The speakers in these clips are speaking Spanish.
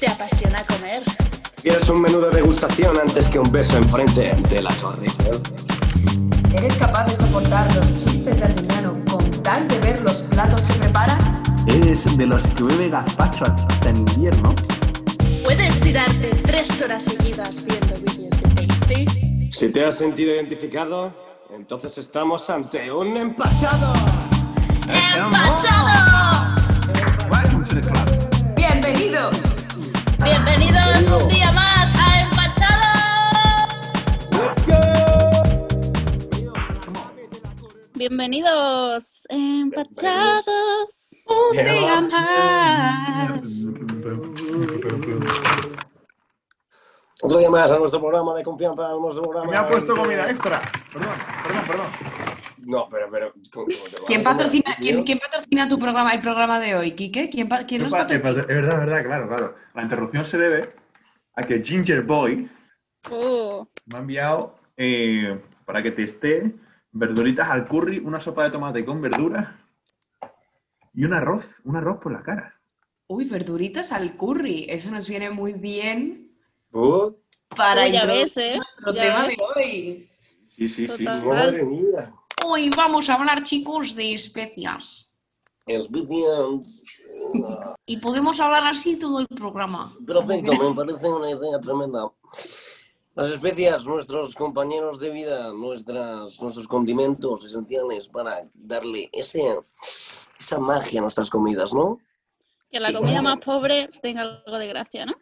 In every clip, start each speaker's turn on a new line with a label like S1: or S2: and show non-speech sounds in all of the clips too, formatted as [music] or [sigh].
S1: ¿Te apasiona comer?
S2: Quieres un menú de degustación antes que un beso enfrente de la torre.
S3: ¿Eres capaz de soportar los chistes de Arguiñano con tal de ver los platos que prepara?
S4: Es de los que bebe gazpacho hasta en invierno.
S1: ¿Puedes tirarte tres horas seguidas viendo vídeos de Tasty?
S2: Si te has sentido identificado, entonces estamos ante un empachado.
S1: ¡Empachado!
S5: Welcome to the club.
S3: ¡Bienvenidos!
S1: Bienvenidos un día más a Empachado.
S6: Bienvenidos, empachados, un
S2: Bienvenidos.
S6: día más.
S2: Otro día más a nuestro programa de confianza, a nuestro programa.
S5: Me ha puesto comida ¿eh? extra. Perdón, perdón, perdón.
S2: No, pero, pero. ¿cómo- cómo te va?
S7: ¿Quién patrocina, ¿quién, quién patrocina tu programa, el programa de hoy, Quique? ¿Quién, pa- quién nos
S5: Pa- eh, pa-
S7: patrocina?
S5: Es verdad, es verdad, claro, claro. La interrupción se debe a que Ginger Boy
S6: Uh,
S5: me ha enviado eh, para que testé verduritas al curry, una sopa de tomate con verduras y un arroz, un arroz por la cara.
S7: Uy, verduritas al curry. Eso nos viene muy bien
S2: Uh,
S7: para
S6: Uy, ya
S7: introducir
S6: ves, ¿eh?
S7: nuestro
S6: Ya
S7: tema
S6: ves.
S7: de hoy.
S5: Sí, sí, sí.
S6: Total.
S2: madre mía.
S7: Hoy vamos a hablar, chicos, de especias.
S2: Es bien.
S7: Y podemos hablar así todo el programa.
S2: Perfecto, me parece una idea tremenda. Las especias, nuestros compañeros de vida, nuestras, nuestros condimentos esenciales para darle ese, esa magia a nuestras comidas, ¿no?
S6: que la
S2: Sí,
S6: comida
S2: sí.
S6: más pobre tenga algo de gracia, ¿no?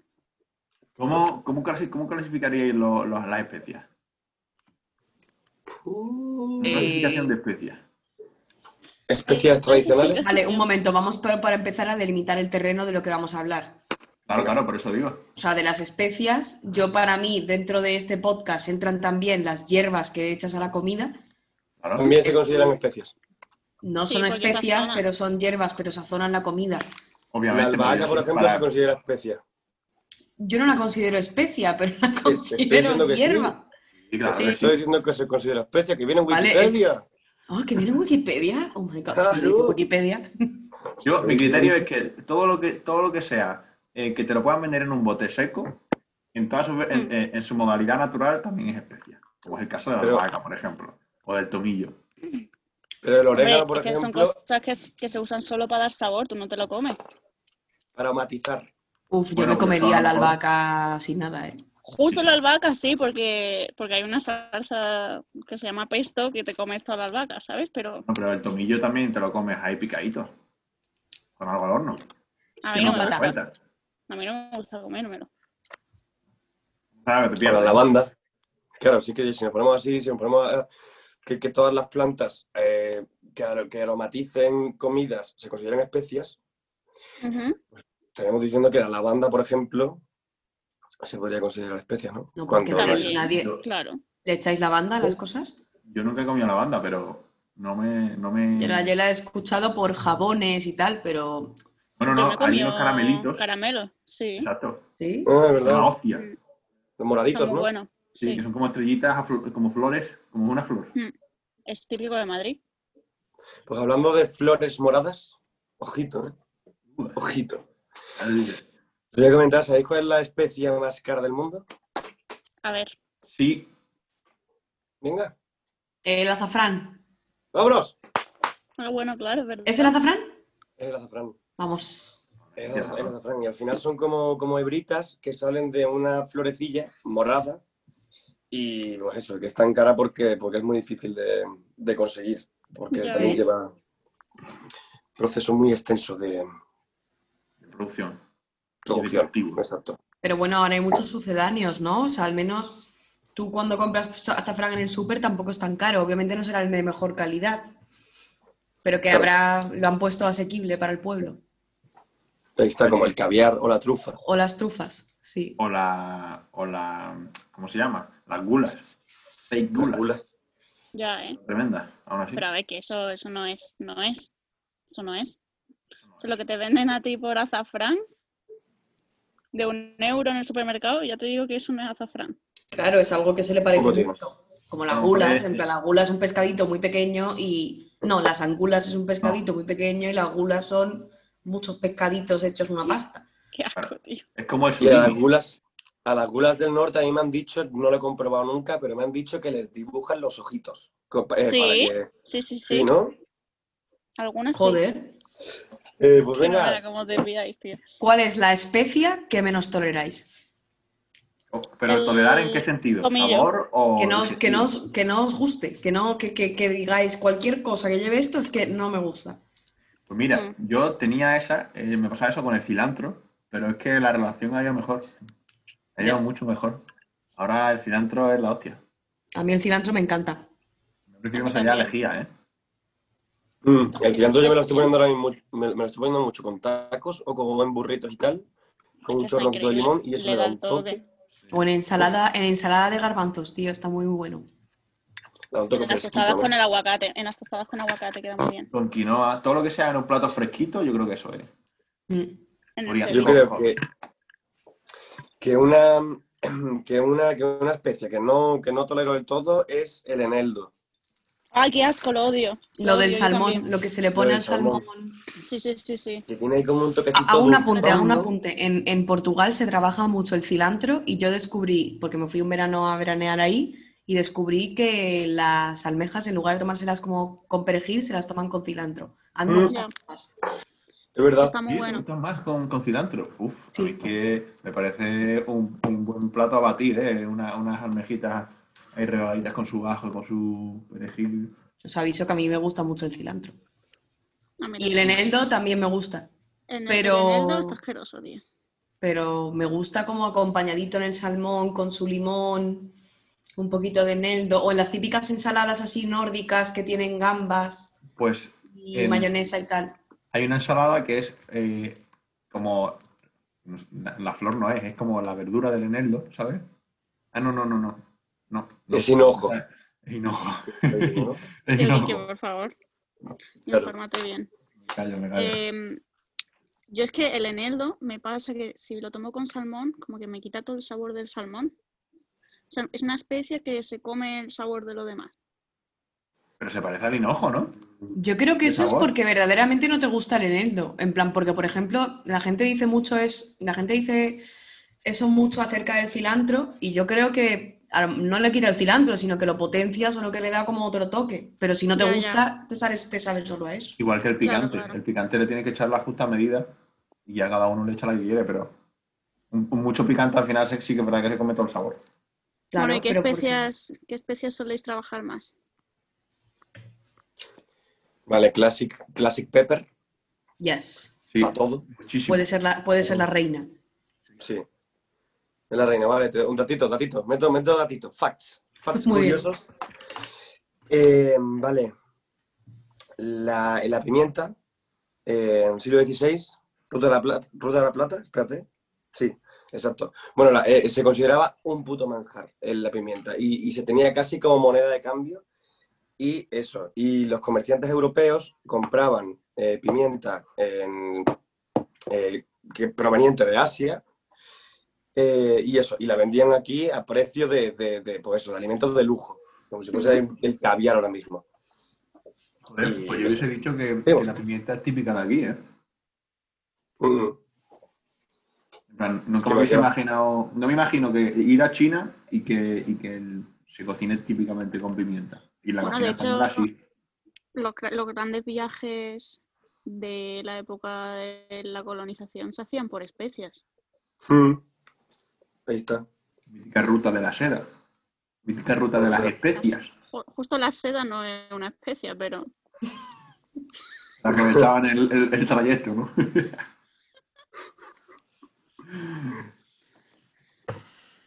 S5: ¿Cómo, cómo, clasi- cómo clasificaríais lo- lo- las especias? Una
S7: Eh,
S5: Clasificación de especias.
S2: Especias tradicionales.
S7: Vale, un momento, vamos para, para empezar a delimitar el terreno de lo que vamos a hablar.
S5: Claro, claro, por eso digo.
S7: O sea, de las especias, yo para mí, dentro de este podcast, entran también las hierbas que echas a la comida.
S5: Claro.
S2: También se consideran especias.
S7: No
S6: Sí,
S7: son
S6: pues porque
S7: especias,
S6: sazonan.
S7: pero son hierbas, pero sazonan la comida.
S2: La
S5: Obviamente.
S2: albahaca,
S5: podría
S2: por
S5: ser
S2: ejemplo,
S5: para-
S2: se considera especia.
S7: Yo no la considero especia, pero la
S2: estoy diciendo
S7: considero
S2: que sí.
S7: hierba.
S5: Sí, claro,
S7: Sí.
S5: que sí.
S2: Estoy diciendo que se considera especia, que viene en
S7: Vale,
S2: Wikipedia.
S7: Ah, que viene en Wikipedia. Oh my god,
S2: Claro.
S7: sí, dice Wikipedia.
S5: Yo, mi criterio es que todo lo que, todo lo que sea eh, que te lo puedan vender en un bote seco, en, toda su, en, en- en su modalidad natural también es especia. Como es el caso de la
S2: Pero-
S5: albahaca, por ejemplo, o del tomillo.
S2: Pero el
S6: Hombre,
S2: orégano, por
S6: es que son
S2: ejemplo,
S6: cosas que, s- que se usan solo para dar sabor, tú no te lo comes.
S2: para matizar.
S7: Uf, yo
S5: Bueno,
S7: me
S5: pues a
S7: comería
S5: lo
S7: la
S5: mejor.
S7: albahaca sin nada, ¿eh?
S6: Justo
S5: Sí,
S6: la albahaca sí, porque, porque hay una salsa que se llama pesto que te comes toda la albahaca, ¿sabes? Pero
S5: No, pero el tomillo también te lo comes ahí picadito, con algo al horno.
S6: a
S7: Sí,
S6: mí
S5: no
S6: no
S5: te
S6: me
S5: das
S7: claro.
S6: gusta.
S5: cuenta.
S6: A mí no me gusta comérmelo.
S5: Claro, que te
S2: Para la
S5: pierdes.
S2: lavanda. Claro, sí que si nos ponemos así, si nos ponemos a- que, que todas las plantas eh, que, ar- que aromaticen comidas se consideran especias,
S6: Ujú.
S2: tenemos diciendo que la lavanda, por ejemplo, se podría considerar especia, ¿no?
S7: No, porque
S2: Cuando-
S7: también
S6: sí.
S7: nadie...
S5: Yo,
S6: Claro.
S7: ¿Le echáis lavanda a
S5: Oh.
S7: las cosas?
S5: yo nunca he comido lavanda, pero no me. No
S7: Yo la,
S5: me...
S7: yo la he escuchado por jabones y tal, pero...
S5: Bueno,
S6: Yo
S5: no,
S6: me he
S5: hay
S6: comido
S5: unos caramelitos.
S6: Caramelos, sí.
S5: Exacto.
S7: ¿Sí?
S2: Ah, es
S5: Son la
S2: verdad.
S5: hostia.
S6: Mm.
S2: Los
S6: Está
S2: moraditos,
S6: muy
S2: ¿no?
S6: bueno.
S5: Sí,
S6: Sí.
S5: que son como estrellitas, a flo- como flores, como una flor.
S6: Es típico de Madrid.
S2: Pues hablando de flores moradas, ojito, ¿eh? Ojito. Os voy a comentar, ¿sabéis cuál es la especie más cara del mundo?
S6: A ver.
S5: Sí,
S2: Venga,
S7: El azafrán.
S2: vámonos.
S6: Ah, bueno, claro, es verdad.
S7: ¿Es el azafrán?
S2: Es el azafrán.
S7: Vamos.
S2: Es
S5: Ya,
S2: az- es
S5: ¿no?
S2: azafrán, Y al final son como, como hebritas que salen de una florecilla morada. Y pues eso, que es tan cara porque, porque es muy difícil de, de conseguir. Porque
S6: Ya
S2: también
S7: ves.
S2: lleva proceso muy extenso de
S5: de producción.
S2: producción.
S5: cultivo.
S2: Exacto.
S7: Pero bueno, ahora hay muchos sucedáneos, ¿no? O sea, al menos tú cuando compras azafrán en el súper tampoco es tan caro. Obviamente no será el de mejor calidad, pero que
S2: Claro.
S7: habrá, lo han puesto asequible para el pueblo.
S2: Ahí está como el caviar o la trufa.
S7: O las trufas, sí.
S5: O la, o la. ¿Cómo se llama? Las gulas. Fake gulas.
S2: Gulas.
S6: Ya, ¿eh?
S5: Tremenda, aún así.
S6: Pero a ver, que eso, eso no es. No es. Eso no es. Eso es lo que te venden a ti por azafrán de un euro en el supermercado, ya te digo que eso no es azafrán.
S7: Claro, es algo que se le parece
S2: ¿Cómo tiene?
S7: mucho. Como las
S5: Vamos a ver,
S7: gulas, en
S5: eh.
S7: plan, la gula es un pescadito muy pequeño y... No, las angulas es un pescadito muy pequeño y las gulas son muchos pescaditos hechos una pasta.
S6: Qué
S2: Ah.
S6: asco, tío.
S5: Es como el
S2: Y a
S5: surimi.
S2: las gulas, a las gulas del norte a mí me han dicho, no lo he comprobado nunca, pero me han dicho que les dibujan los ojitos. co- eh,
S6: Sí.
S2: para que-
S6: Sí, sí, sí.
S2: sí, ¿no?
S6: Algunas sí.
S7: Joder.
S2: Eh, pues
S6: Pero
S2: venga,
S6: ahora cómo te pilláis, tío.
S7: ¿Cuál es la especia que menos toleráis?
S5: Oh, Pero
S6: El
S5: tolerar en qué sentido?
S6: comillo.
S5: ¿Sabor o.?
S7: Que no, os, que, no
S5: digestivo?
S7: os, que no os guste, que no que, que- que digáis cualquier cosa que lleve esto es que no me gusta.
S5: Pues mira,
S6: Mm.
S5: yo tenía esa, eh, me pasaba eso con el cilantro, pero es que la relación ha ido mejor. Ha ido
S7: Ya.
S5: mucho mejor. Ahora el cilantro es la hostia.
S7: A mí el cilantro me encanta.
S5: Me parece que
S6: A
S5: no
S6: mí
S5: sabía
S6: también.
S5: lejía, ¿eh?
S2: mm, el cilantro yo me lo estoy poniendo ahora mismo, me, me lo estoy poniendo mucho con tacos o con buen burritos y tal, con un
S6: Está
S2: chorroncito de
S6: increíble.
S2: limón y eso
S6: Le
S2: le da
S6: da el
S2: un toque,
S6: toque.
S7: O en ensalada, en ensalada de garbanzos, tío, está muy bueno.
S2: le da un
S6: En
S2: toque
S6: las
S2: fresquito,
S6: tostadas
S2: ¿no?
S6: con el aguacate. En las tostadas con aguacate queda muy bien.
S5: Con quinoa, todo lo que sea en un plato fresquito, yo creo que eso es.
S7: Mm.
S6: En
S5: Podría-
S6: el
S2: Pues Yo
S5: Rico.
S6: ceviche.
S2: creo que, que una que una [clears throat] que una especie que no que no tolero del todo es el eneldo.
S6: Ay, qué asco, lo odio.
S7: Lo del
S6: odio yo
S7: salmón,
S6: también.
S7: lo que se le pone
S2: del
S7: al
S2: salmón.
S7: salmón.
S6: Sí, sí, sí, sí.
S2: Que tiene ahí como un toquecito.
S7: A- Hago un apunte,
S2: dulzón,
S7: hago un
S2: ¿no?
S7: apunte. En, en Portugal se trabaja mucho el cilantro y yo descubrí, porque me fui un verano a veranear ahí, y descubrí que las almejas, en lugar de tomárselas como con perejil, se las toman con cilantro. A mí me
S2: Mm.
S7: gusta más.
S2: Es verdad.
S6: Está muy
S5: Y
S6: bueno.
S5: gustan más con, con cilantro. Uf,
S7: Sí.
S5: a mí es que me parece un, un buen plato a batir, ¿eh? Una- unas almejitas ahí rebaditas con su ajo, con su perejil.
S7: Os aviso que a mí me gusta mucho el cilantro.
S6: A mí
S7: Y el
S6: también.
S7: eneldo también me gusta,
S6: En el-
S7: pero-
S6: en el eneldo está asqueroso, tío.
S7: pero me gusta como acompañadito en el salmón, con su limón, un poquito de eneldo, o en las típicas ensaladas así nórdicas que tienen gambas
S5: Pues
S7: y
S5: El-
S7: mayonesa y tal.
S5: Hay una ensalada que es eh, como. no es- La la flor no es, es como la verdura del eneldo, ¿sabes? Ah, no, no, no, no. no, no.
S2: Es sin
S7: [laughs]
S2: ojos.
S5: Es hinojo.
S2: ¿no? [laughs]
S5: [laughs] Es
S6: Yo
S5: hinojo.
S6: dije, por favor,
S2: Claro.
S6: infórmate bien.
S5: Me callo, me callo.
S6: Em, yo es que el eneldo me pasa que si lo tomo con salmón, como que me quita todo el sabor del salmón. O sea, es una especie que se come el sabor de lo demás.
S5: Pero se parece al hinojo, ¿no?
S7: Yo creo que
S5: ¿De
S7: eso es
S5: sabor?
S7: porque verdaderamente no te gusta el eneldo. En plan, porque por ejemplo, la gente dice mucho es, la gente dice eso mucho acerca del cilantro y yo creo que a- no le quita el cilantro, sino que lo potencias o lo que le da como otro toque. Pero si no te
S6: Ya, ya.
S7: gusta, te sabes, te sabes solo a eso.
S5: Igual que el
S6: Claro,
S5: picante.
S6: claro.
S5: El picante le tiene que echar la justa medida y ya cada uno le echa la que quiere, pero. un- un mucho picante al final se- sí que es verdad que se come todo el sabor.
S7: Claro,
S6: bueno, ¿y qué
S7: pero porque-
S6: especias, qué especias soléis trabajar más?
S2: Vale, classic classic pepper
S7: Yes.
S5: Sí,
S2: a todo.
S5: muchísimo.
S7: Puede ser la, puede
S5: Oh.
S7: ser la reina.
S2: Sí. Es la reina, vale. te- Un datito, datito. Meto, meto datito. Facts. Facts
S7: Muy bien.
S2: curiosos. Eh, vale. La, la pimienta, eh, en el siglo XVI, Ruta de, la Plata, Ruta de la Plata, espérate. Sí, exacto. Bueno, la- eh, se consideraba un puto manjar eh, la pimienta y, y se tenía casi como moneda de cambio y eso. Y los comerciantes europeos compraban eh, pimienta en, eh, que proveniente de Asia eh, y eso, y la vendían aquí a precio de, de, de, pues eso, de alimentos de lujo, como si fuese el, el caviar ahora mismo.
S5: Joder, pues yo hubiese dicho que,
S2: Sí.
S5: que la pimienta es típica de aquí, ¿eh?
S2: Mm.
S5: En plan, nunca
S2: Qué
S5: me hubiese
S2: va, qué va.
S5: imaginado, no me imagino que ir a China y que, y que el- se cocine típicamente con pimienta. Y la
S6: Bueno,
S5: cocina
S6: de hecho,
S5: española sí.
S6: Los, gra- los grandes viajes de la época de la colonización se hacían por especias.
S2: Mm. Ahí está.
S5: Mítica ruta de la seda. Mítica ruta de las especias.
S6: Ju- Justo la seda no es una especia, pero
S5: La aprovechaban el, el, el trayecto, ¿no?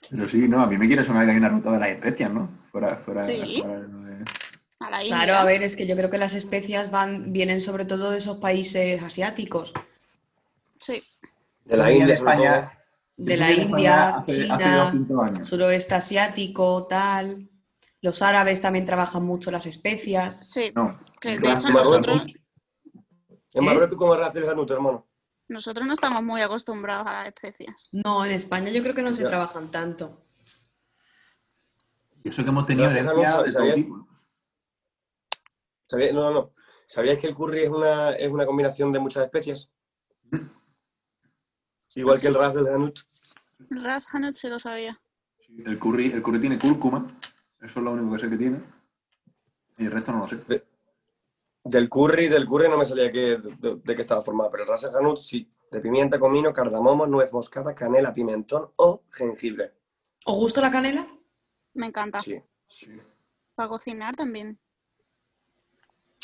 S5: Pero sí, no, a mí me quiere sonar que hay una ruta de las especias, ¿no? Fuera, fuera,
S6: Sí.
S5: fuera de lo de-
S6: a la India.
S7: Claro, a ver, es que yo creo que las especias van, vienen sobre todo de esos países asiáticos,
S6: Sí,
S2: De la
S5: Venía
S2: India,
S5: de
S2: sobre
S5: España.
S2: todo.
S7: de la
S5: Venía España
S7: India,
S5: hace- hace
S7: China.
S5: unos cinco años.
S7: suroeste asiático, tal. Los árabes también trabajan mucho las especias.
S6: sí.
S5: No,
S6: Que de
S5: Claro,
S6: hecho
S2: en Marruecos.
S6: nosotros,
S5: ¿Eh?
S2: En Marruecos, ¿cómo hace el ganuto, hermano?
S6: nosotros no estamos muy acostumbrados a las especias.
S7: No, en España yo creo que no se
S2: Ya.
S7: trabajan tanto.
S5: y eso que hemos tenido
S2: Pero
S5: herencia
S2: fijaros,
S5: de todo
S2: ¿sabías?
S5: tipo.
S2: ¿Sabíais? No, no, no. ¿Sabíais que el curry es una, es una combinación de muchas especies? Igual que el ras del Hanut.
S6: Ras Hanut se lo sabía.
S5: El curry, el curry tiene cúrcuma. Eso es lo único que sé que tiene. Y el resto no lo sé.
S2: Del curry, del curry no me salía que, de, de qué estaba formada, pero el ras del Hanut sí. De pimienta, comino, cardamomo, nuez moscada, canela, pimentón o jengibre.
S7: ¿Os gusta la canela?
S6: Me encanta.
S2: Sí.
S5: Sí.
S6: Para cocinar también.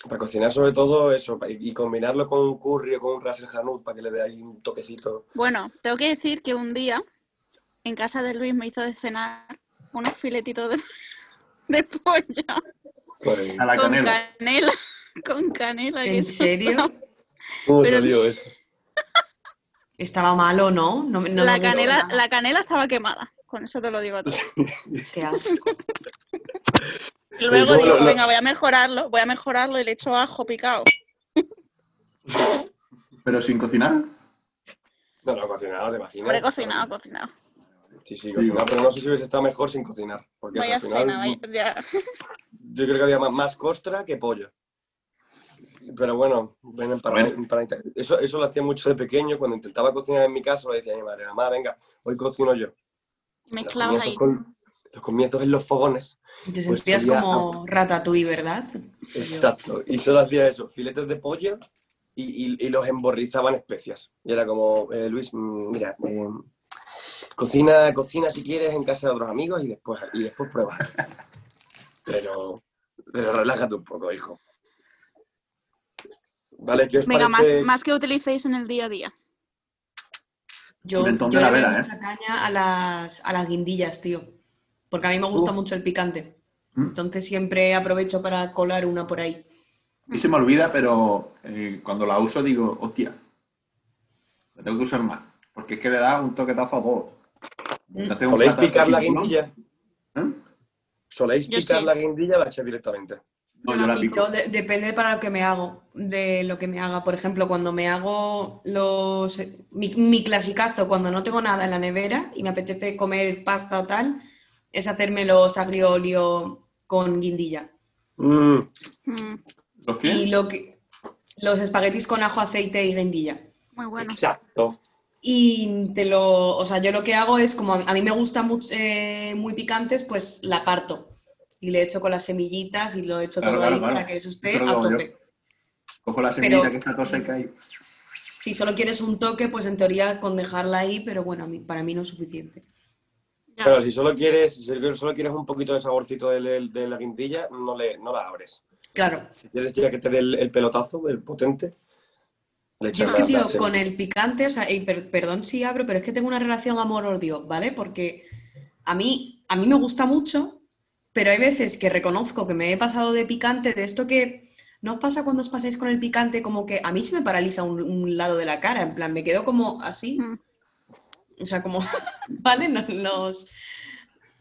S2: Para cocinar sobre todo eso, pa- y, y combinarlo con un curry o con un ras del Hanut para que le dé ahí un toquecito.
S6: Bueno, tengo que decir que un día en casa de Luis me hizo de cenar unos filetitos de, de [laughs] pollo
S2: Madre
S5: A
S2: mía.
S5: la
S6: con
S5: canela.
S6: canela. Con canela. que
S7: ¿En
S6: eso
S7: serio?
S6: está-
S2: ¿Cómo
S6: Pero-
S2: salió eso?
S7: Estaba malo, ¿no? No, me- no me
S6: la,
S7: gustó
S6: canela,
S7: nada.
S6: la canela estaba quemada. Con eso te lo digo todo.
S7: Qué asco.
S6: Y Luego
S2: no,
S6: digo,
S2: no, no.
S6: venga, voy a mejorarlo, voy a mejorarlo y le echo ajo picado.
S5: Pero sin cocinar.
S2: No, no, cocinado, te imaginas.
S6: Hombre, cocinado, cocinado.
S2: Sí, sí, cocinado, pero no sé si hubiese estado mejor sin cocinar. Porque eso,
S6: Vaya
S2: al final,
S6: cena, vaya, ya.
S2: yo creo que había más, más costra que pollo. Pero bueno, ven en para,
S5: Bueno.
S2: en para- eso, eso lo hacía mucho de pequeño. Cuando intentaba cocinar en mi casa, le decía a mi madre, mamá, venga, hoy cocino yo. Los
S6: Mezclabas
S2: comienzos,
S6: ahí.
S2: con- los comienzos en los fogones.
S7: Y Te
S2: Pues
S7: sentías
S2: sería-
S7: como ratatouille, ¿verdad?
S2: Exacto. Y solo hacía eso, filetes de pollo y, y- y los emborrizaba en especias. Y era como, eh, Luis, mm, mira, eh, cocina, cocina si quieres en casa de otros amigos y después, y después pruebas. Pero, pero relájate un poco, hijo. Vale, ¿qué os
S6: Venga, más,
S2: parece?
S6: más que utilicéis en el día a día.
S7: Yo,
S5: Del ton
S7: yo
S5: de la
S7: le doy
S5: vela, ¿eh?
S7: mucha caña a las, a las guindillas, tío. Porque a mí me gusta
S2: Uf.
S7: mucho el picante.
S5: Mm.
S7: Entonces siempre aprovecho para colar una por ahí.
S5: Y se me olvida, pero eh, cuando la uso digo, hostia, la tengo que usar más. Porque es que le da un toquetazo a todo. Te hace un
S2: ¿Soléis
S5: plato de
S2: picar la
S5: chimichurri,
S2: guindilla?
S5: ¿eh?
S2: ¿Soléis
S6: Yo
S2: picar
S6: sí.
S2: la guindilla o la echáis directamente?
S5: No, Pues yo la pico.
S7: Yo de- depende para lo que me hago, de lo que me haga. Por ejemplo, cuando me hago los mi, mi clasicazo, cuando no tengo nada en la nevera y me apetece comer pasta o tal, es hacerme los agriolio con guindilla.
S2: Mm,
S6: Mm,
S5: ¿Los
S7: Y
S5: qué?
S7: lo que los espaguetis con ajo, aceite y guindilla.
S6: muy bueno.
S2: exacto.
S7: Y te lo, o sea, yo lo que hago es, como a a mí me gustan much- eh, muy picantes, pues la parto. Y le echo con las semillitas y lo echo
S5: Claro,
S7: todo
S5: claro,
S7: ahí
S5: claro.
S7: para que eso esté
S5: Eso lo
S7: a
S5: hago yo.
S7: tope.
S5: Cojo la semilla
S7: pero-
S5: que está toda seca y...
S7: Si solo quieres un toque, pues en teoría con dejarla ahí, pero bueno, a mí- para mí no es suficiente.
S6: Ya.
S2: Pero si solo quieres, si solo quieres un poquito de saborcito de, de- de la guindilla, no, le, no la abres.
S7: Claro,
S2: Si quieres ya que te dé el, el pelotazo, el potente, le
S7: yo
S2: echas
S7: es que,
S2: la-
S7: tío,
S2: la sem-
S7: con el picante, o sea, y per- perdón si abro, pero es que tengo una relación amor-odio, ¿vale? Porque a mí, a mí me gusta mucho, pero hay veces que reconozco que me he pasado de picante, de esto que no os pasa cuando os pasáis con el picante, como que a mí se me paraliza un, un lado de la cara, en plan, me quedo como así,
S6: Mm.
S7: o sea, como, [laughs] ¿vale? No- Los...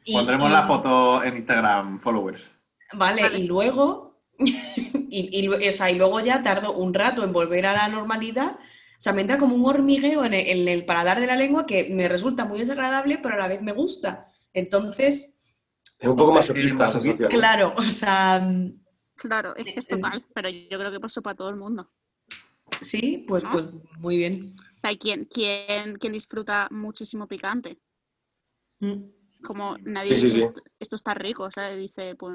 S7: y-
S5: Pondremos
S7: y-
S5: la foto en Instagram, followers.
S7: Vale, y luego, [laughs] y, y lu- o sea, y luego ya tardo un rato en volver a la normalidad. O sea, me entra como un hormigueo en el, en el paladar de la lengua que me resulta muy desagradable, pero a la vez me gusta. Entonces,
S2: Es un poco
S5: Sí,
S2: masoquista la
S5: masoquista.
S2: sensación.
S7: claro, o sea, mm,
S6: Claro, es que
S2: Eh,
S6: es total. Pero yo creo que pasó para todo el mundo.
S7: sí, pues,
S6: Ah.
S7: pues muy bien.
S6: O sea, quien, quien, quien disfruta muchísimo picante.
S7: Mm.
S6: Como nadie
S2: Sí, sí,
S6: dice,
S2: sí.
S6: Esto, esto está rico. O sea, dice, pues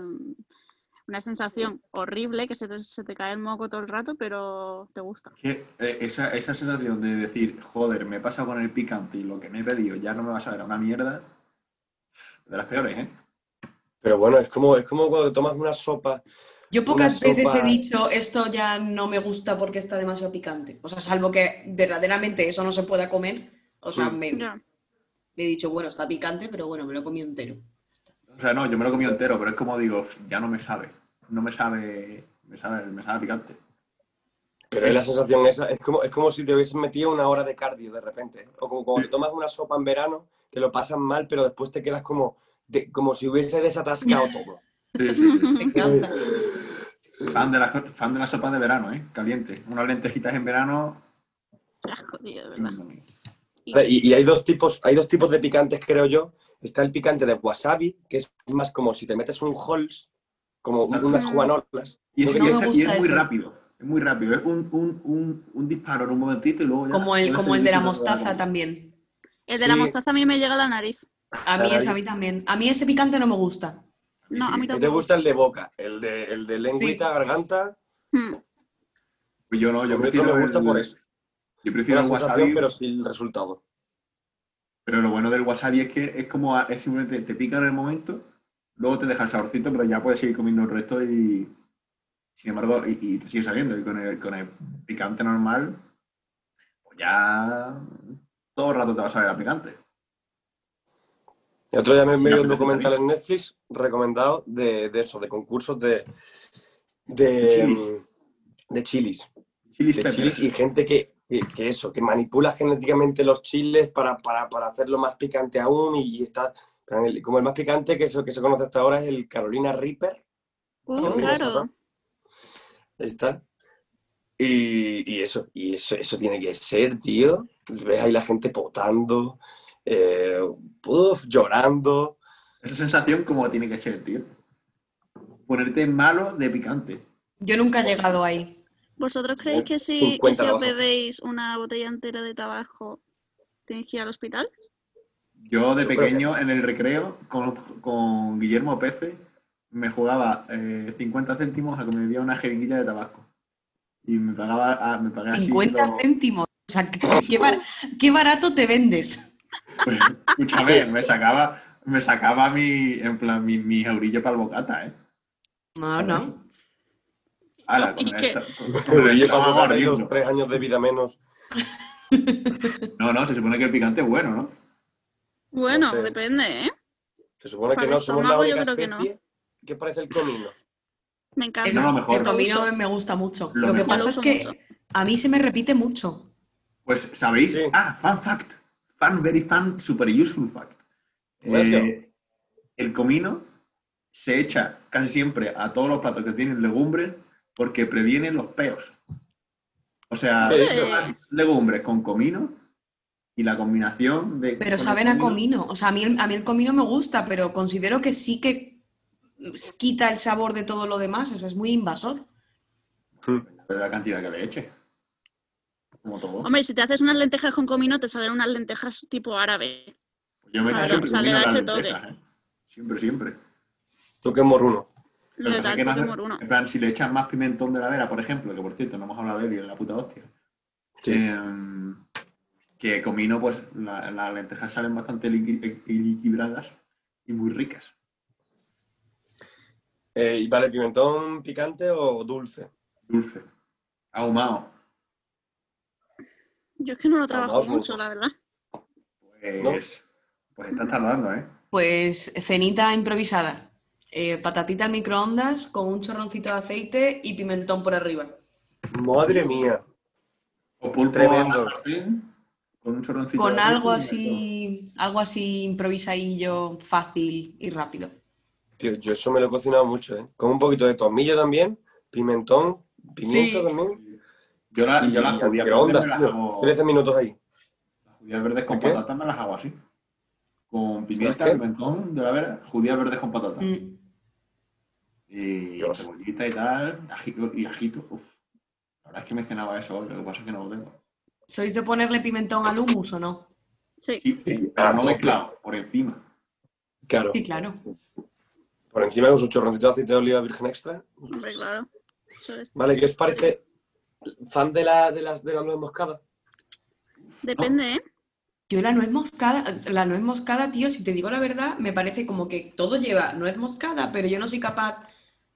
S6: una sensación horrible que se te, se te cae el moco todo el rato, pero te gusta.
S5: Que, eh, esa, esa sensación de decir, joder, me he pasado con el picante y lo que me he pedido ya no me va a saber a una mierda, de las peores, ¿eh?
S2: Pero bueno, es como, es como cuando tomas una sopa.
S7: Yo pocas
S2: Una
S7: veces he
S2: sopa-
S7: dicho esto ya no me gusta porque está demasiado picante. O sea, salvo que verdaderamente eso no se pueda comer. O sea,
S5: Mm.
S7: me,
S6: Ya.
S7: me he dicho, bueno, está picante, pero bueno, me lo he comido entero.
S5: O sea, no, yo me lo he comido entero, pero es como digo, ya no me sabe. No me sabe, me sabe, me sabe a picante.
S2: Pero es la sensación esa, es como, es como si te hubieses metido una hora de cardio de repente. ¿eh? O como cuando te tomas una sopa en verano, que lo pasas mal, pero después te quedas como, de- como si hubiese desatascado
S7: [laughs]
S2: todo.
S5: Sí, sí, sí.
S7: Me encanta.
S5: Fan de, la, fan de la sopa de verano, ¿eh? Caliente. Unas lentejitas en verano.
S6: Qué asco, tío, de verdad.
S2: Y, y hay dos tipos, hay dos tipos de picantes, creo yo. Está el picante de wasabi, que es más como si te metes un Halls, como unas
S6: Mm.
S2: juanolas.
S5: Y es,
S7: No
S5: y
S7: me
S5: este- y
S7: gusta
S5: es muy
S7: ese.
S5: rápido. Es muy rápido, es un, un, un, un disparo en un momentito y luego ya.
S7: Como el,
S5: puedes
S7: como el de la
S5: servir
S7: mostaza
S5: comida.
S7: también.
S6: El de la
S5: Sí.
S6: mostaza a mí me llega a la nariz.
S7: A mí ese, a mí también. A mí ese picante no me gusta.
S6: No, a mí
S5: Sí,
S2: ¿Te
S6: tampoco.
S2: gusta el de boca? El de, el de lengüita,
S7: Sí.
S2: garganta.
S6: Mm,
S5: Pues yo no, yo
S2: Yo
S5: prefiero.
S2: me gusta
S5: el-
S2: por eso.
S5: Yo
S2: No la
S5: prefiero el
S2: sensación,
S5: wasabi, pero...
S2: pero sí el resultado.
S5: lo bueno del wasabi es que es como. a- Es simplemente te pica en el momento, luego te deja el saborcito, pero ya puedes seguir comiendo el resto y. Sin embargo, y, y te sigue saliendo. Y con el, con el picante normal, pues ya. Todo el rato te va a saber a picante.
S2: El otro día me me
S5: No,
S2: vi un
S5: pero
S2: documental
S5: también.
S2: en Netflix recomendado de, de eso, de concursos de, de,
S5: Chilis.
S2: de chilis.
S5: Chilis
S2: de
S5: peppers.
S2: chilis y gente que, que- que eso, que manipula genéticamente los chiles para, para, para hacerlo más picante aún y está... el- Como el más picante que se, que se conoce hasta ahora es el Carolina Reaper.
S6: Uh,
S2: Mira,
S6: claro.
S2: Sara. Ahí está. Y, y eso, y eso, eso tiene que ser, tío. Ves ahí la gente potando, eh, uf, llorando.
S5: [laughs] Esa sensación, como tiene que ser, tío? Ponerte malo de picante.
S7: Yo nunca he llegado ahí.
S6: ¿Vosotros
S2: Eh,
S6: creéis que si, que
S2: 50
S6: si os
S2: abajo.
S6: bebéis una botella entera de tabaco tenéis que ir al hospital?
S5: Yo de
S2: Yo creo
S5: pequeño, en el recreo, con, con Guillermo Pece, me jugaba eh, 50 céntimos a que me bebía una jeringuilla de tabaco. Y me pagaba, ah, me pagué así.
S7: 50
S5: lo-
S7: céntimos. O sea, qué, qué bar- qué barato te vendes.
S5: pues, Escúchame, me sacaba, me sacaba mi, en plan, mi, mi eurillo para el bocata, ¿eh?
S7: No, no.
S5: Ala,
S6: [laughs] ¿Y
S5: con
S6: qué?
S5: esta- con- con
S2: Pero yo
S5: esta
S2: para
S5: vamos a
S2: durar ahí los
S5: morirnos.
S2: tres años de vida menos.
S5: No, no, se supone que el picante es bueno, ¿no?
S6: Bueno,
S2: sé.
S6: depende, ¿eh?
S2: Se supone que
S6: Para
S2: no
S6: el
S2: somos la
S6: estómago, yo
S2: única
S6: creo que
S2: especie
S6: no.
S2: que, parece el comino.
S6: Me
S7: El,
S5: No,
S6: encanta.
S5: lo mejor.
S7: el comino me gusta mucho.
S5: Lo
S7: Lo, que
S5: mejor.
S7: pasa es
S6: Lo
S7: que
S6: uso
S7: a mí se me repite mucho.
S5: Pues, ¿sabéis?
S2: Sí.
S5: Ah, fun fact. Fan, very fan, super useful fact.
S2: Ignacio.
S5: Eh, el comino se echa casi siempre a todos los platos que tienen legumbres porque previenen los peos. O sea,
S2: ¿Qué dices?
S5: tomas legumbres con comino y la combinación de...
S7: Pero
S5: con
S7: saben
S5: el
S7: a comino. O sea, a mí, el- a mí el comino me gusta, pero considero que sí que quita el sabor de todo lo demás. O sea, es muy invasor.
S5: De la cantidad que le eche. Como todo.
S6: Hombre, si te haces unas lentejas con comino, te salen unas lentejas tipo árabe.
S5: Pues Yo me echo
S6: claro,
S5: siempre
S6: o sea, le
S5: comino
S6: da
S5: a las
S6: ese toque.
S5: lentejas, ¿eh? Siempre, siempre.
S2: Tú que es morruno.
S5: Lo
S6: Lo
S5: que
S6: de
S5: pasa es que
S6: tal
S5: no
S6: toque
S5: hace-
S6: moruno.
S5: en plan, si le echas más pimentón de la vera, por ejemplo, que por cierto no hemos hablado de él y es la puta hostia.
S2: Sí.
S5: Eh, que comino, pues la- las lentejas salen bastante liqui- equi- equilibradas y muy ricas.
S2: Eh, ¿Y vale pimentón picante o dulce?
S5: Dulce. Ahumado.
S6: Yo es que no lo trabajo
S2: Vamos,
S6: mucho,
S2: vamos.
S6: la verdad.
S5: Pues,
S2: ¿No?
S5: pues estás tardando, ¿eh?
S7: Pues cenita improvisada. Eh, patatita al microondas con un chorroncito de aceite y pimentón por arriba.
S2: Madre mía.
S5: O pulpo
S2: Tremendo.
S5: a la sartén con un chorroncito
S7: Con
S5: de aceite
S7: algo
S5: y
S7: así, algo así improvisadillo, fácil y rápido.
S2: Tío, yo eso me lo he cocinado mucho, ¿eh? Con un poquito de tomillo también, pimentón, pimiento
S7: Sí.
S2: también.
S5: Yo la-
S2: Y
S5: Ah, yo las
S2: al
S5: judías verdes
S2: microondas,
S5: me las
S2: tío.
S5: hago-
S2: 13 minutos ahí.
S5: las judías verdes con
S2: ¿Qué?
S5: patatas me las hago así. Con pimienta,
S2: qué?
S5: pimentón de la vera, judías verdes con patatas.
S7: Mm.
S5: Y
S2: Dios.
S5: cebollita y tal, ajito, y ajito. Uf. La verdad es que me cenaba eso, hoy, lo que pasa es que no lo tengo.
S7: ¿Sois de ponerle pimentón al hummus o no?
S6: Sí.
S5: Sí,
S2: Sí,
S5: pero no
S2: ah,
S5: mezclado, por encima.
S2: Claro.
S7: Sí, claro.
S2: Por encima con su chorroncito de aceite de oliva virgen extra.
S6: Hombre, claro. Eso es.
S2: Vale, ¿qué os parece? ¿Fan de, la, de, las, de la nuez moscada?
S6: Depende, ¿eh?
S7: Yo la nuez moscada, la nuez moscada, tío, si te digo la verdad, me parece como que todo lleva nuez moscada, pero yo no soy capaz.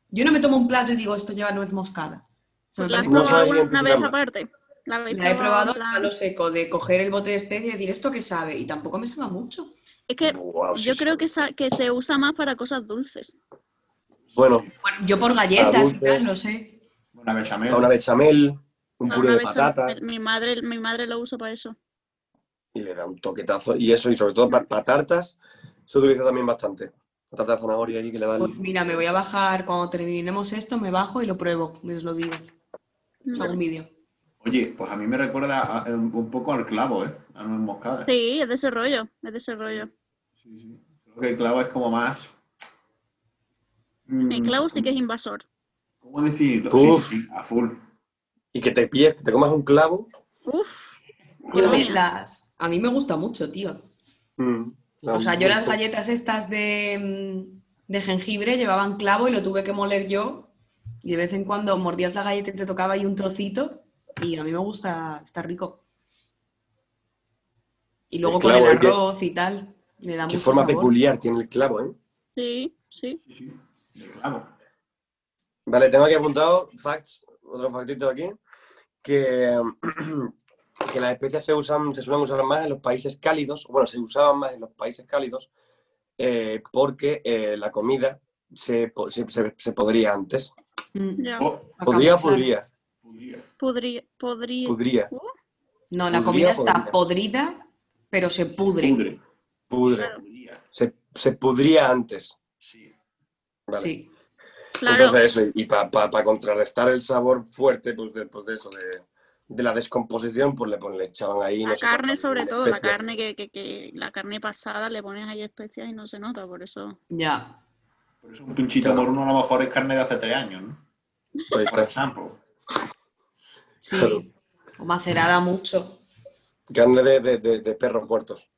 S7: Yo no me tomo un plato y digo esto lleva nuez moscada. O sea, me
S6: ¿La has
S2: No
S7: parece-
S6: probado
S2: sabéis
S6: alguna vez
S2: identificarla.
S6: aparte? La, habéis
S7: la he
S6: probado en
S7: probado a
S6: plan-
S7: lo seco, de coger el bote de especia y decir esto que sabe, y tampoco me sabe mucho.
S6: Es que
S2: Guau, sí,
S6: yo
S2: sí.
S6: creo que, sa- que se usa más para cosas dulces.
S2: Bueno,
S7: Bueno, yo por galletas y
S2: dulce.
S7: tal, no sé.
S5: Una bechamel.
S2: a una bechamel, un
S6: Para
S2: puré
S6: una
S2: de
S6: vez-
S2: patata,
S6: Mi madre, mi madre lo usa para eso.
S2: y le da un toquetazo. Y eso, y sobre todo para tartas, se utiliza también bastante. La tarta de zanahoria ahí que le da el-
S7: Pues mira, me voy a bajar, cuando terminemos esto, me bajo y lo pruebo, os lo digo. Os hago un vídeo.
S5: Oye, pues a mí me recuerda a- un poco al clavo, ¿eh? A nuez moscada.
S6: Sí, es de ese rollo, es de ese rollo.
S5: Sí, sí. Creo que el clavo es como más. Mm,
S6: El clavo sí que es invasor.
S5: ¿Cómo definirlo?
S2: Uf.
S5: Sí, sí, sí, a full.
S2: y que te pilles, que te comas un clavo.
S6: Uf.
S7: Yo me-
S6: Madre mía.
S7: las, a mí me gusta mucho, tío.
S2: mm,
S7: O sea, yo las galletas estas de, mm, de jengibre llevaban clavo y lo tuve que moler yo. Y de vez en cuando mordías la galleta y te tocaba ahí un trocito. Y a mí me gusta, está rico. Y luego
S2: El clavo,
S7: con el
S2: ¿eh? Qué-
S7: arroz y tal. Le da
S2: Qué
S7: mucho
S2: forma
S7: sabor.
S2: peculiar tiene el clavo, ¿eh?
S6: Sí, sí.
S5: Sí, sí. De clavo.
S2: Vale, tengo aquí apuntado facts, otro factito aquí, que, [clears throat] que las especias se usan, se suelen usar más en los países cálidos, bueno, se usaban más en los países cálidos eh, porque eh, la comida se, po- se, se- se podría antes.
S7: Mm,
S6: Ya.
S5: Oh,
S7: a
S2: Podría,
S7: camuflar.
S2: podría,
S5: podría.
S6: Podría, podría.
S2: podría,
S7: No, la
S2: Podría,
S7: comida está
S2: podría.
S7: podrida, pero se pudre.
S5: Pudre.
S2: pudre.
S6: Claro.
S5: Podría.
S2: Se, se pudría antes.
S5: Sí.
S2: Vale.
S7: Sí.
S6: Claro.
S2: Entonces, eso, y para contrarrestar el sabor fuerte, pues de, pues, de eso, de, de la descomposición, pues le, pon- le echaban ahí.
S6: La
S2: sé cuántas
S6: carne,
S2: mil
S6: sobre todo, la
S2: especias.
S6: carne que, que, que la carne pasada le pones ahí especias y no se nota, por eso.
S7: Ya.
S5: Por eso un pinchito
S2: Claro.
S5: moruno a lo mejor es carne de hace tres años, ¿no?
S2: Ahí
S5: Por
S2: está.
S5: ejemplo.
S7: Sí.
S2: Claro.
S7: O macerada mucho.
S2: Carne de, de, de- de perros muertos.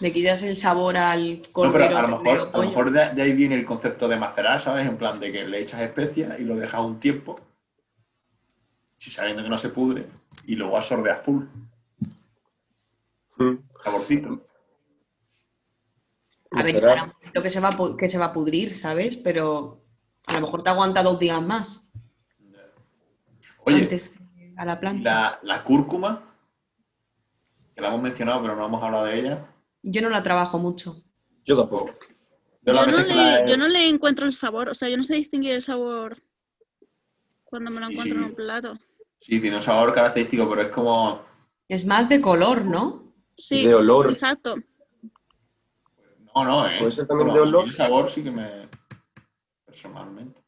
S7: Le quitas el sabor al
S5: No,
S7: cordero.
S5: pero a
S7: ternero,
S5: lo mejor, a lo
S7: pollo.
S5: mejor de, de ahí viene el concepto de macerar, ¿sabes? En plan de que le echas especias y lo dejas un tiempo, si sabiendo que no se pudre, y luego absorbeas full, saborcito.
S7: A ver,
S2: Literal.
S7: llegará un momento que se, va a, pu- que se va a pudrir, ¿sabes? Pero a lo mejor te aguanta dos días más
S5: Oye,
S7: antes que a la plancha.
S5: la, la cúrcuma, que la hemos mencionado pero no hemos hablado de ella,
S7: Yo no la trabajo mucho.
S2: Yo tampoco.
S5: yo
S6: Yo
S5: las
S6: no,
S5: veces que la eh,
S6: le,
S5: he-
S6: yo no le encuentro el sabor, o sea, yo no sé distinguir el sabor cuando me lo
S5: Sí,
S6: encuentro
S5: sí.
S6: en un plato.
S5: Sí, tiene un sabor característico, pero es como...
S7: Es más de color, ¿no?
S6: Sí,
S2: de olor.
S6: exacto.
S5: No, no, ¿eh?
S2: Puede ser Pues también
S5: Bueno,
S2: de olor.
S5: El sabor sí que me... Personalmente.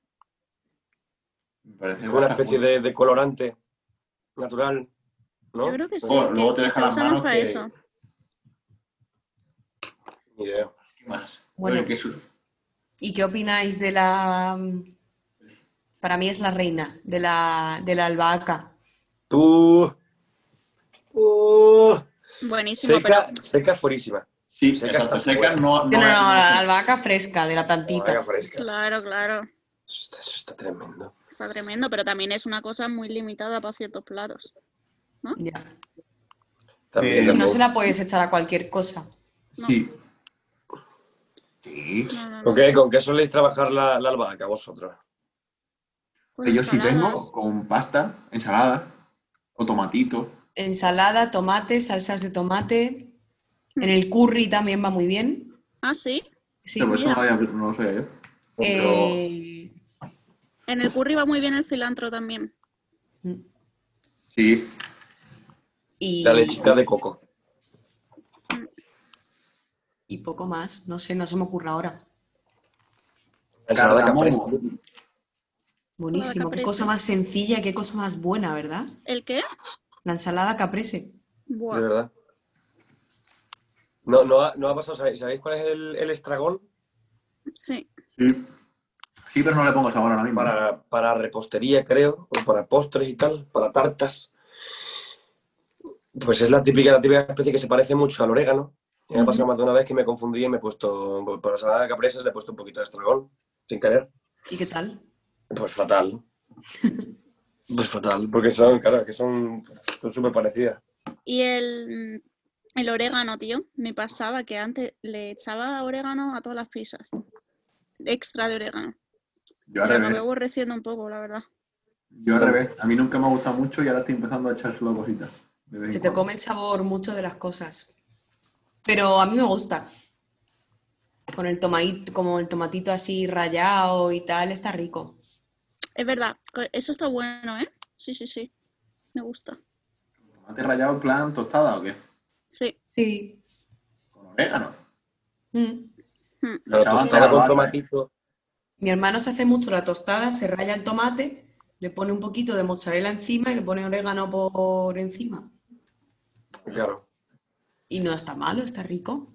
S5: Me parece
S2: Es una
S5: bastante
S2: especie de, de colorante natural. ¿no?
S6: Yo creo que sí.
S5: Luego-
S6: que-
S5: luego te
S6: que
S5: deja
S6: se
S5: las
S6: usa más
S5: manos
S6: para
S5: que-
S6: eso.
S2: Ni idea.
S5: ¿Qué más?
S7: Bueno.
S5: Oye, que su-
S7: ¿Y qué opináis de la... Para mí es la reina, de la, de la albahaca.
S2: Tú. Uh,
S6: Buenísimo,
S2: seca, seca fuerísima.
S5: Sí,
S2: Pues Seca
S5: exacto.
S2: está
S5: Seca
S2: fuera.
S5: no, no,
S7: No, no, no,
S5: es-
S7: la albahaca fresca, de la
S2: Vaca
S7: plantita.
S6: pero
S2: fresca. Eso
S6: claro, claro.
S2: está, eso está tremendo.
S6: Está tremendo, pero también es una cosa muy limitada para ciertos platos.
S7: Ya.
S2: También,
S7: Y
S5: Eh,
S7: no
S2: también.
S7: se la puedes echar a cualquier cosa.
S5: Sí. Sí.
S6: No, no, no.
S2: ¿Con, qué, ¿Con qué soléis trabajar la, la albahaca vosotros?
S6: Con
S5: Yo sí
S6: ensaladas.
S5: tengo con pasta, ensalada o tomatito.
S7: Ensalada, tomate, salsas de tomate. En el curry también va muy bien.
S6: Ah, sí.
S7: Sí.
S5: Pero eso
S6: mira.
S5: no, había- no lo sabía yo.
S7: Eh,
S6: En el curry va muy bien el cilantro también.
S7: mm.
S5: Sí.
S7: y,
S2: La lechita de coco.
S7: y poco más. No sé, no se me ocurre ahora.
S2: La ensalada
S5: Cardamomo.
S2: caprese.
S7: Buenísimo. Qué
S6: caprese.
S7: cosa más sencilla, qué cosa más buena, ¿verdad?
S6: ¿El qué?
S7: La ensalada caprese.
S2: De
S6: Buah.
S2: verdad. No, no, ha, no ha pasado. ¿Sabéis, sabéis cuál es el, el estragón?
S6: Sí.
S5: Sí. Sí, pero no le pongo sabor ahora mismo.
S2: para, para repostería, creo, o para postres y tal, para tartas. Pues es la típica, la típica especie que se parece mucho al orégano. Y Me ha pasado más de una vez que me confundí y me he puesto, pues, por la salada de caprese le he puesto un poquito de estragón, sin querer.
S7: ¿Y qué tal?
S2: Pues fatal. Pues fatal, porque son, claro, es que son son súper parecidas.
S6: Y el, mm, el orégano, tío. Me pasaba que antes le echaba orégano a todas las pizzas. Extra de orégano.
S5: Yo
S6: Lo
S5: al
S6: acabé
S5: revés.
S6: aborreciendo un poco, la verdad.
S5: Yo al revés. A mí nunca me ha gustado mucho y ahora estoy empezando a echárselo a cositas. de vez en
S7: Que te
S5: cuando.
S7: come el sabor mucho de las cosas. Pero a mí me gusta. Con el tomatito, como el tomatito así rallado y tal, está rico.
S6: Es verdad. co- Eso está bueno, ¿eh? Sí, sí, sí. Me gusta.
S5: ¿Tomate rallado en plan tostada o qué?
S6: Sí.
S7: Sí.
S5: Con orégano.
S7: Mm.
S2: Pero tostada
S5: Echaban
S2: con
S5: calabaza,
S2: tomatito,
S7: Mi hermano se hace mucho la tostada, se raya el tomate, le pone un poquito de mozzarella encima y le pone orégano por encima.
S2: claro.
S7: Y no está malo, está rico.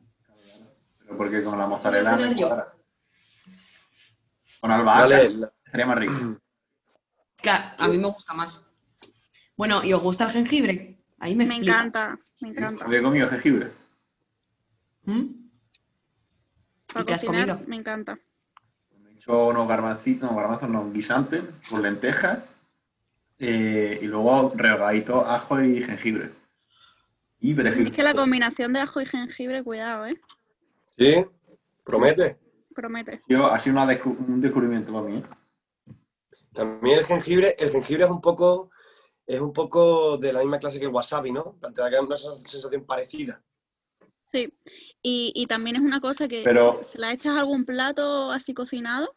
S5: Pero porque con la mozzarella...
S7: Voy a cenar yo.
S5: Con albahaca
S2: Vale, la-
S5: sería más rico.
S7: Claro, a mí me gusta más. Bueno, ¿y os gusta el jengibre? Ahí me,
S6: Me
S7: flipa.
S6: encanta, me encanta.
S5: Había comido jengibre.
S7: ¿Mm?
S6: Para
S7: ¿Y qué has
S6: cocinar,
S7: comido?
S6: Me encanta.
S5: He hecho unos garbancitos, no garbanzos, no, un guisante con lentejas eh, y luego rehogadito ajo y jengibre. Y perejil.
S6: Es que la combinación de ajo y jengibre, cuidado, ¿eh?
S2: Sí, promete.
S6: Promete.
S5: Ha sido- Ha sido una descu- un descubrimiento para mí. ¿eh?
S2: También el jengibre, el jengibre es un poco, es un poco de la misma clase que el wasabi, ¿no? Te da una sensación parecida.
S6: Sí. Y, y también es una cosa que
S5: Pero-
S6: si, si la echas a algún plato así cocinado,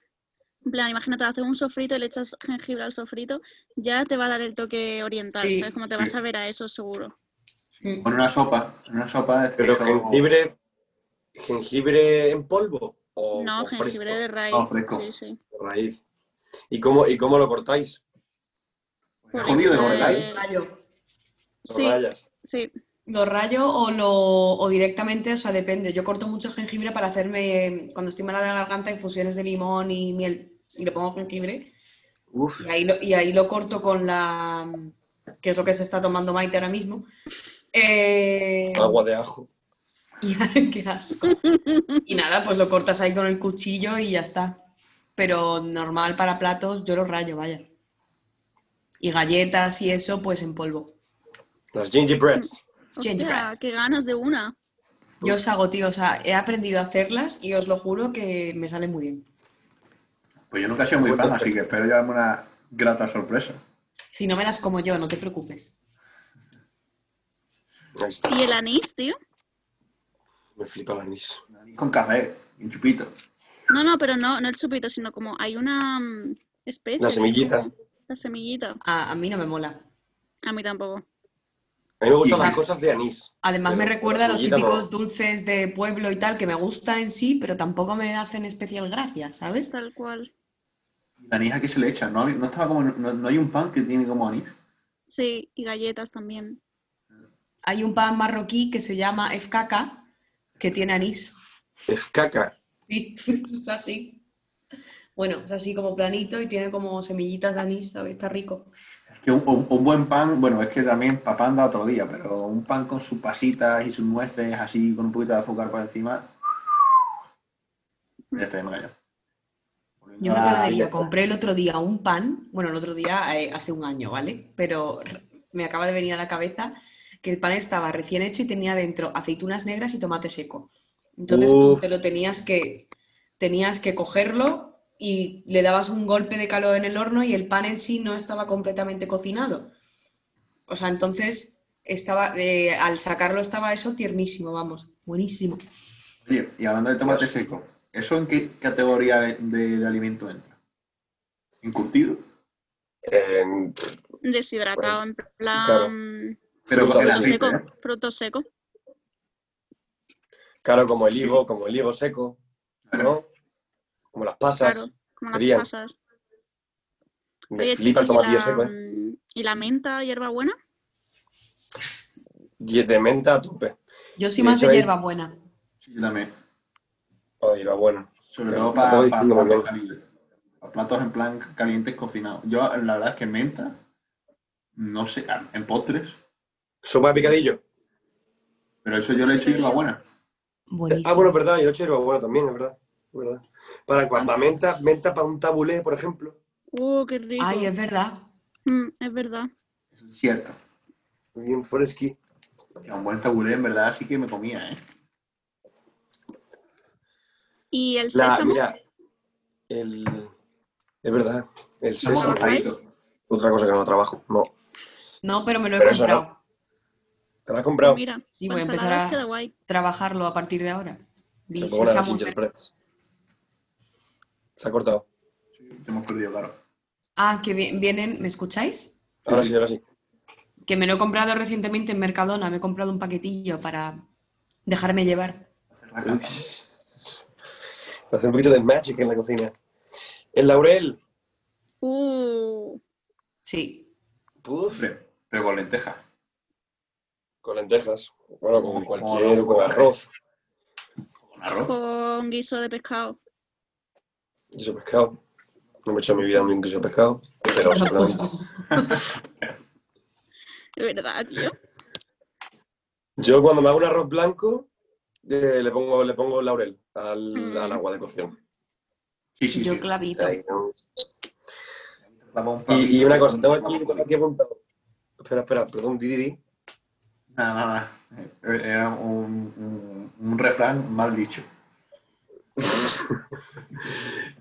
S6: en plan, imagínate, haces un sofrito y le echas jengibre al sofrito, ya te va a dar el toque oriental,
S7: Sí.
S6: ¿sabes? Como te vas a ver a eso seguro.
S7: Mm.
S5: Con una sopa. En una sopa. es
S2: Pero
S5: que son-
S2: jengibre, jengibre en polvo o,
S6: no,
S2: o
S6: jengibre
S2: fresco,
S6: de raíz.
S5: No, fresco.
S6: Sí, sí.
S2: raíz. ¿Y cómo, ¿Y cómo lo cortáis?
S5: es Jodido de
S6: Eh,
S5: cortar.
S7: Rayo.
S2: ¿Lo
S6: Sí,
S2: rayas?
S6: sí.
S7: Lo rayo o lo o directamente, o sea, depende. Yo corto mucho jengibre para hacerme, cuando estoy mala de la garganta, infusiones de limón y miel. Y le pongo jengibre.
S2: Uf,
S7: Y ahí lo, y ahí lo corto con la. que es lo que se está tomando Maite ahora mismo. Eh,
S2: agua de ajo.
S7: y- [laughs] qué asco. Y nada, pues lo cortas ahí con el cuchillo y ya está. Pero normal para platos, yo lo rayo, vaya. Y galletas y eso, pues en polvo.
S2: Las gingerbreads.
S6: Hostia,
S7: Gingerbreads.
S6: qué ganas de una.
S7: Yo os hago, tío, o sea, he aprendido a hacerlas y os lo juro que me salen muy bien.
S5: Pues yo nunca he sido muy fan, así que espero llevarme una grata sorpresa.
S7: Si no me las como yo, no te preocupes.
S2: Ahí está.
S6: Y Mm. el anís, tío.
S2: Me flipa el anís.
S5: Con café y un chupito.
S6: No, no, pero no, no el chupito, sino como hay una mm, especie.
S2: La
S6: que es
S2: semillita.
S6: como- La semillita.
S7: A, a mí no me mola.
S6: A mí tampoco.
S2: A mí me gustan
S5: Y-
S2: las cosas de anís.
S7: Además me
S2: Pero
S7: recuerda a los
S2: semillita no.
S7: típicos dulces de pueblo y tal, que me gustan en sí, pero tampoco me hacen especial gracia, ¿sabes?
S6: Tal cual.
S5: La anís que se le echa. No, no estaba como, no, no hay un pan que tiene como anís.
S6: Sí, y galletas también.
S7: Hay un pan marroquí que se llama efkaka, que tiene anís.
S2: Es caca.
S7: Sí, [laughs] es así. Bueno, es así como planito y tiene como semillitas de anís, ¿sabes? Está rico.
S5: Es que un, un- un buen pan, bueno, es que también para pan da otro día, pero un pan con sus pasitas y sus nueces, así con un poquito de azúcar por encima. Ya está de maravilla.
S7: Yo me
S5: Ah,
S7: perdería.
S5: ya.
S7: Compré el otro día un pan, bueno, el otro día eh, hace un año, ¿vale? Pero r- me acaba de venir a la cabeza que el pan estaba recién hecho y tenía dentro aceitunas negras y tomate seco. Entonces tú
S2: Uf.
S7: te lo tenías que, tenías que cogerlo y le dabas un golpe de calor en el horno y el pan en sí no estaba completamente cocinado. O sea, entonces estaba, eh, al sacarlo estaba eso tiernísimo, vamos, buenísimo.
S5: Oye, y hablando de tomate seco, ¿eso en qué categoría de, de- de alimento entra? ¿Encurtido?
S2: Eh, pff,
S6: Deshidratado, en plan.
S2: claro.
S5: Pero
S2: Fruta
S5: con
S2: verde.
S5: el
S6: Fruto
S5: aceite,
S6: seco.
S5: ¿eh?
S6: Fruto seco.
S2: claro, como el higo, como el higo seco, ¿no? Como las pasas.
S6: Claro. Como las
S2: Serían.
S6: pasas.
S2: Me
S6: Oye,
S2: flipa el
S6: chicos, ¿y,
S2: tomatillo
S6: la,
S2: seco, ¿eh?
S6: mm, ¿y la menta, hierbabuena?
S2: Y de menta a tope.
S7: Yo soy
S2: De
S7: más
S2: hecho, Ah,
S7: de
S2: hay-
S7: hierbabuena.
S5: Sí, yo también.
S2: Ay, la buena.
S5: Sobre
S2: Pero
S5: todo
S2: no
S5: para,
S2: puedo
S5: para
S2: decirlo,
S5: platos
S2: ¿no?
S5: calientes. Para platos en plan calientes cocinados. Yo, la verdad es que menta, no sé, a- en postres,
S2: Sopa de picadillo.
S5: pero eso yo le he hecho hierbabuena.
S7: Buenísimo.
S2: Ah, bueno, es verdad, y noche era bueno también, es verdad. es verdad. Para cuando menta, menta para un tabulé, por ejemplo.
S6: Uh, qué rico.
S7: Ay, es verdad.
S6: Mm, es verdad.
S5: Eso es cierto.
S2: Bien fresqui.
S5: Que un buen tabulé, en verdad, sí que me comía, ¿eh?
S6: ¿Y el
S2: La,
S6: sésamo?
S2: mira, el. Es verdad, el
S5: Estamos
S2: sésamo.
S5: rajaditos.
S2: Otra cosa que no trabajo. No.
S7: No, pero me lo he
S2: Pero eso
S7: comprado.
S2: Te la has comprado.
S6: Pues Mira,
S7: Sí, voy a
S6: para
S7: empezar
S6: ensaladas
S7: a-
S6: queda guay.
S7: Trabajarlo a partir de ahora. Vi
S2: Se pongo las
S7: sésamo verde.
S2: gingerbreads. Se ha cortado.
S5: Te hemos perdido, claro.
S7: Ah, que vi- vienen, ¿me escucháis?
S2: Ahora sí, ahora sí.
S7: Que me lo he comprado recientemente en Mercadona, me he comprado un paquetillo para dejarme llevar.
S2: Hace un poquito de magic en la cocina. El laurel.
S6: Uh,
S7: Sí.
S2: Puf.
S5: Pero, pero con lentejas.
S2: Con lentejas. Bueno, con cualquier,
S5: Con-
S2: con arroz.
S5: Con arroz.
S6: con guiso de pescado.
S2: Guiso de pescado. No me he hecho en mi vida ningún guiso de pescado. Pero seguramente.
S6: De verdad, tío.
S2: Yo cuando me hago un arroz blanco, eh, le, pongo, le pongo laurel al,
S6: Mm.
S2: al agua de cocción.
S5: Sí, sí,
S7: Yo
S5: sí.
S7: clavito.
S2: Ahí, ¿no?
S5: Vamos, pa-
S2: Y, y una cosa, tengo aquí, tengo aquí apuntado. Espera, espera, perdón, di, di, di.
S5: Nada, nada. Eh, Era un, un, un refrán mal dicho.
S2: [laughs]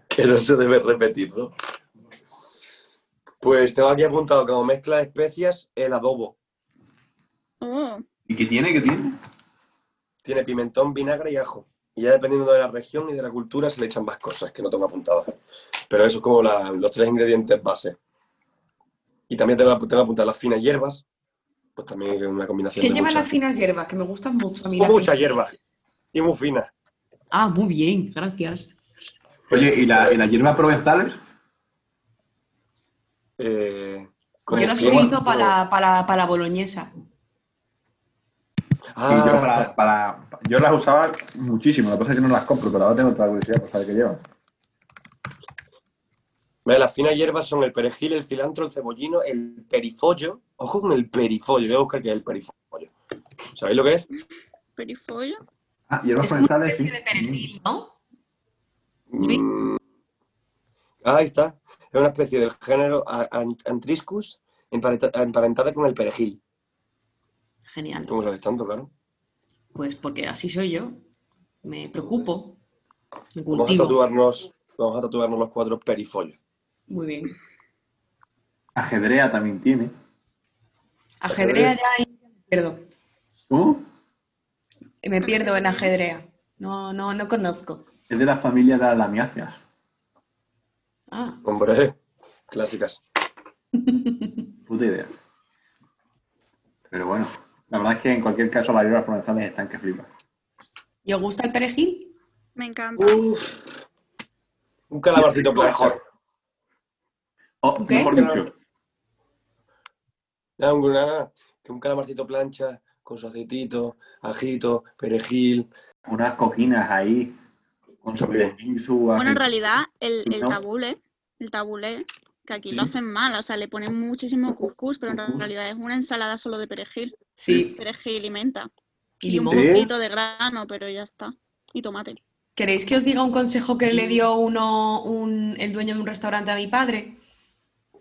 S2: Que no se debe repetir, ¿no? Pues tengo aquí apuntado como mezcla de especias el adobo.
S6: Oh,
S5: ¿Y qué tiene? ¿Qué tiene?
S2: Tiene pimentón, vinagre y ajo. Y ya dependiendo de la región y de la cultura se le echan más cosas que no tengo apuntadas. Pero eso es como la- los tres ingredientes base. Y también tengo, ap- tengo apuntadas las finas hierbas. Pues también es una combinación
S7: ¿Qué
S2: de
S7: llevan
S2: muchas,
S7: las finas hierbas? Que me gustan mucho a mí.
S2: Son
S7: las
S2: muchas
S7: finas-
S2: hierbas. Y muy finas.
S7: Ah, muy bien, gracias.
S5: Oye, ¿y, la, y las hierbas provenzales?
S2: Eh, como
S7: Yo las
S2: que-
S7: utilizo para, para, para la boloñesa.
S5: Sí, yo,
S2: Ah,
S5: para, para- yo las usaba muchísimo, lo que pasa es que no las compro, pero ahora tengo otra curiosidad para saber qué llevan.
S2: Mira, las finas hierbas son el perejil, el cilantro, el cebollino, el perifollo. Ojo con el perifollo, voy a buscar qué es el perifollo. ¿Sabéis lo que es?
S6: perifollo.
S5: Ah, hierbas
S7: Es una
S5: provenzales, sí.
S7: especie de perejil, ¿no? Sí.
S2: Mm. Ah, ahí está. Es una especie del género a- an- Antriscus emparenta- emparentada con el perejil.
S7: Genial.
S2: ¿Cómo sabes tanto, claro?
S7: Pues porque así soy yo. Me preocupo. Me
S2: Vamos a
S7: cultivo.
S2: tatuarnos, vamos a tatuarnos los cuatro perifollos.
S7: Muy bien.
S5: Ajedrea también tiene.
S7: Ajedrea ya y me pierdo.
S5: ¿Cómo?
S7: Me pierdo en ajedrea. No, no, no conozco.
S5: Es de la familia de las lamiáceas.
S7: Ah,
S2: Hombre, [laughs] clásicas.
S5: Puta idea. Pero bueno, la verdad es que en cualquier caso las hierbas provenzales están que flipas.
S7: ¿y os gusta el perejil?
S6: Me encanta.
S2: Uh, Uf. Un calabarcito planchado.
S5: O,
S7: ¿Qué?
S5: Oh, mejor dicho,
S2: Nada, Ah, un, nada, nada. Que un calamarcito plancha con su aceitito, ajito, perejil.
S5: unas coquinas ahí con su perejil, su
S6: Bueno, en
S5: ají.
S6: realidad, el, el
S5: No.
S6: tabule, el tabule, que aquí lo
S5: Sí.
S6: hacen mal, o sea, le ponen muchísimo cuscús, pero en
S5: Cuscús.
S6: realidad es una ensalada solo de perejil,
S7: Sí.
S6: perejil y menta.
S7: ¿Y
S6: Y un
S7: limón?
S5: Sí.
S6: poquito de grano, pero ya está. Y tomate.
S7: ¿Queréis que os diga un consejo que le dio uno, un- el dueño de un restaurante a mi padre?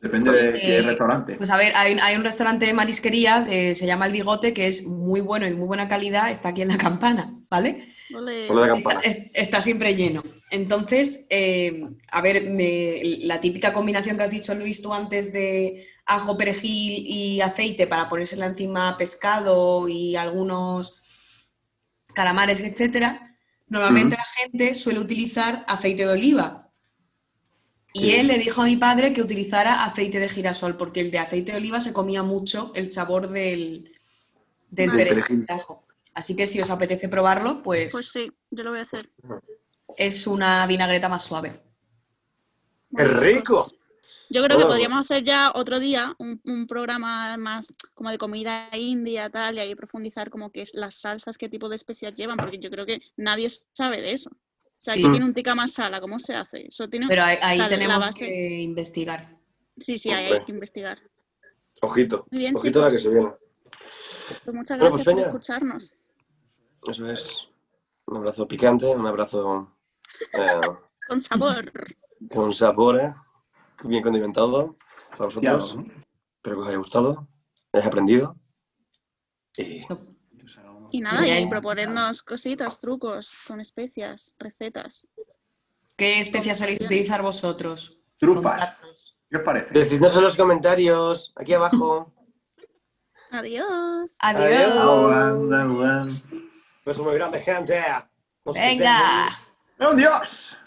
S5: Depende de qué
S7: Eh,
S5: restaurante.
S7: Pues a ver, hay, hay un restaurante de marisquería, de- se llama El Bigote, que es muy bueno y muy buena calidad, está aquí en la campana, ¿vale?
S6: Ole.
S2: Ponle la
S7: Está,
S2: campana.
S7: es- está siempre lleno. Entonces, eh, a ver, me- la típica combinación que has dicho, Luis, tú antes de ajo, perejil y aceite para ponérsela encima pescado y algunos calamares, etcétera, normalmente la gente suele utilizar aceite de oliva. Y
S2: Sí.
S7: él le dijo a mi padre que utilizara aceite de girasol, porque el de aceite de oliva se comía mucho el sabor del, del
S6: Del
S7: perejil
S2: perejil.
S7: de ajo. Así que si os apetece probarlo,
S6: Pues sí, yo lo voy a hacer.
S7: es una vinagreta más suave.
S6: Bueno,
S2: ¡Qué
S6: chicos,
S2: rico!
S6: Yo creo que
S2: Bueno.
S6: podríamos hacer ya otro día un, un programa más como de comida india, tal, y ahí profundizar como que es las salsas, qué tipo de especias llevan, porque yo creo que nadie sabe de eso. O sea,
S7: Sí.
S6: ¿quién tiene un tica masala? ¿Cómo se hace? Eso tiene...
S7: Mm. Pero ahí, ahí
S6: O sea, la
S7: tenemos
S6: base.
S7: que investigar.
S6: Sí, sí, ahí hay
S2: Hombre.
S6: que investigar.
S2: Ojito.
S6: Muy bien,
S2: Ojito a la que
S6: chicos.
S2: se viene.
S6: Pues muchas
S2: Bueno,
S6: gracias
S2: pues,
S6: por
S2: Peña.
S6: escucharnos.
S2: Eso es. Un abrazo picante, un abrazo eh,
S6: Con sabor.
S2: con sabor, eh, bien condimentado para
S5: Ya,
S2: vosotros.
S5: ¿no?
S2: Espero que os haya gustado, hayáis aprendido. Y
S6: Y nada,
S7: Ya
S6: y
S7: está.
S6: proponernos cositas, trucos, con especias, recetas.
S7: ¿Qué especias soléis utilizar vosotros?
S5: Trupas,
S7: Contadnos.
S5: ¿qué os parece?
S2: decidnos en los comentarios, aquí
S5: [laughs]
S2: abajo.
S6: Adiós.
S7: Adiós.
S5: Aguanta, aguanta.
S2: Beso muy grande, gente. Os que
S7: Venga.
S5: ¡Adiós!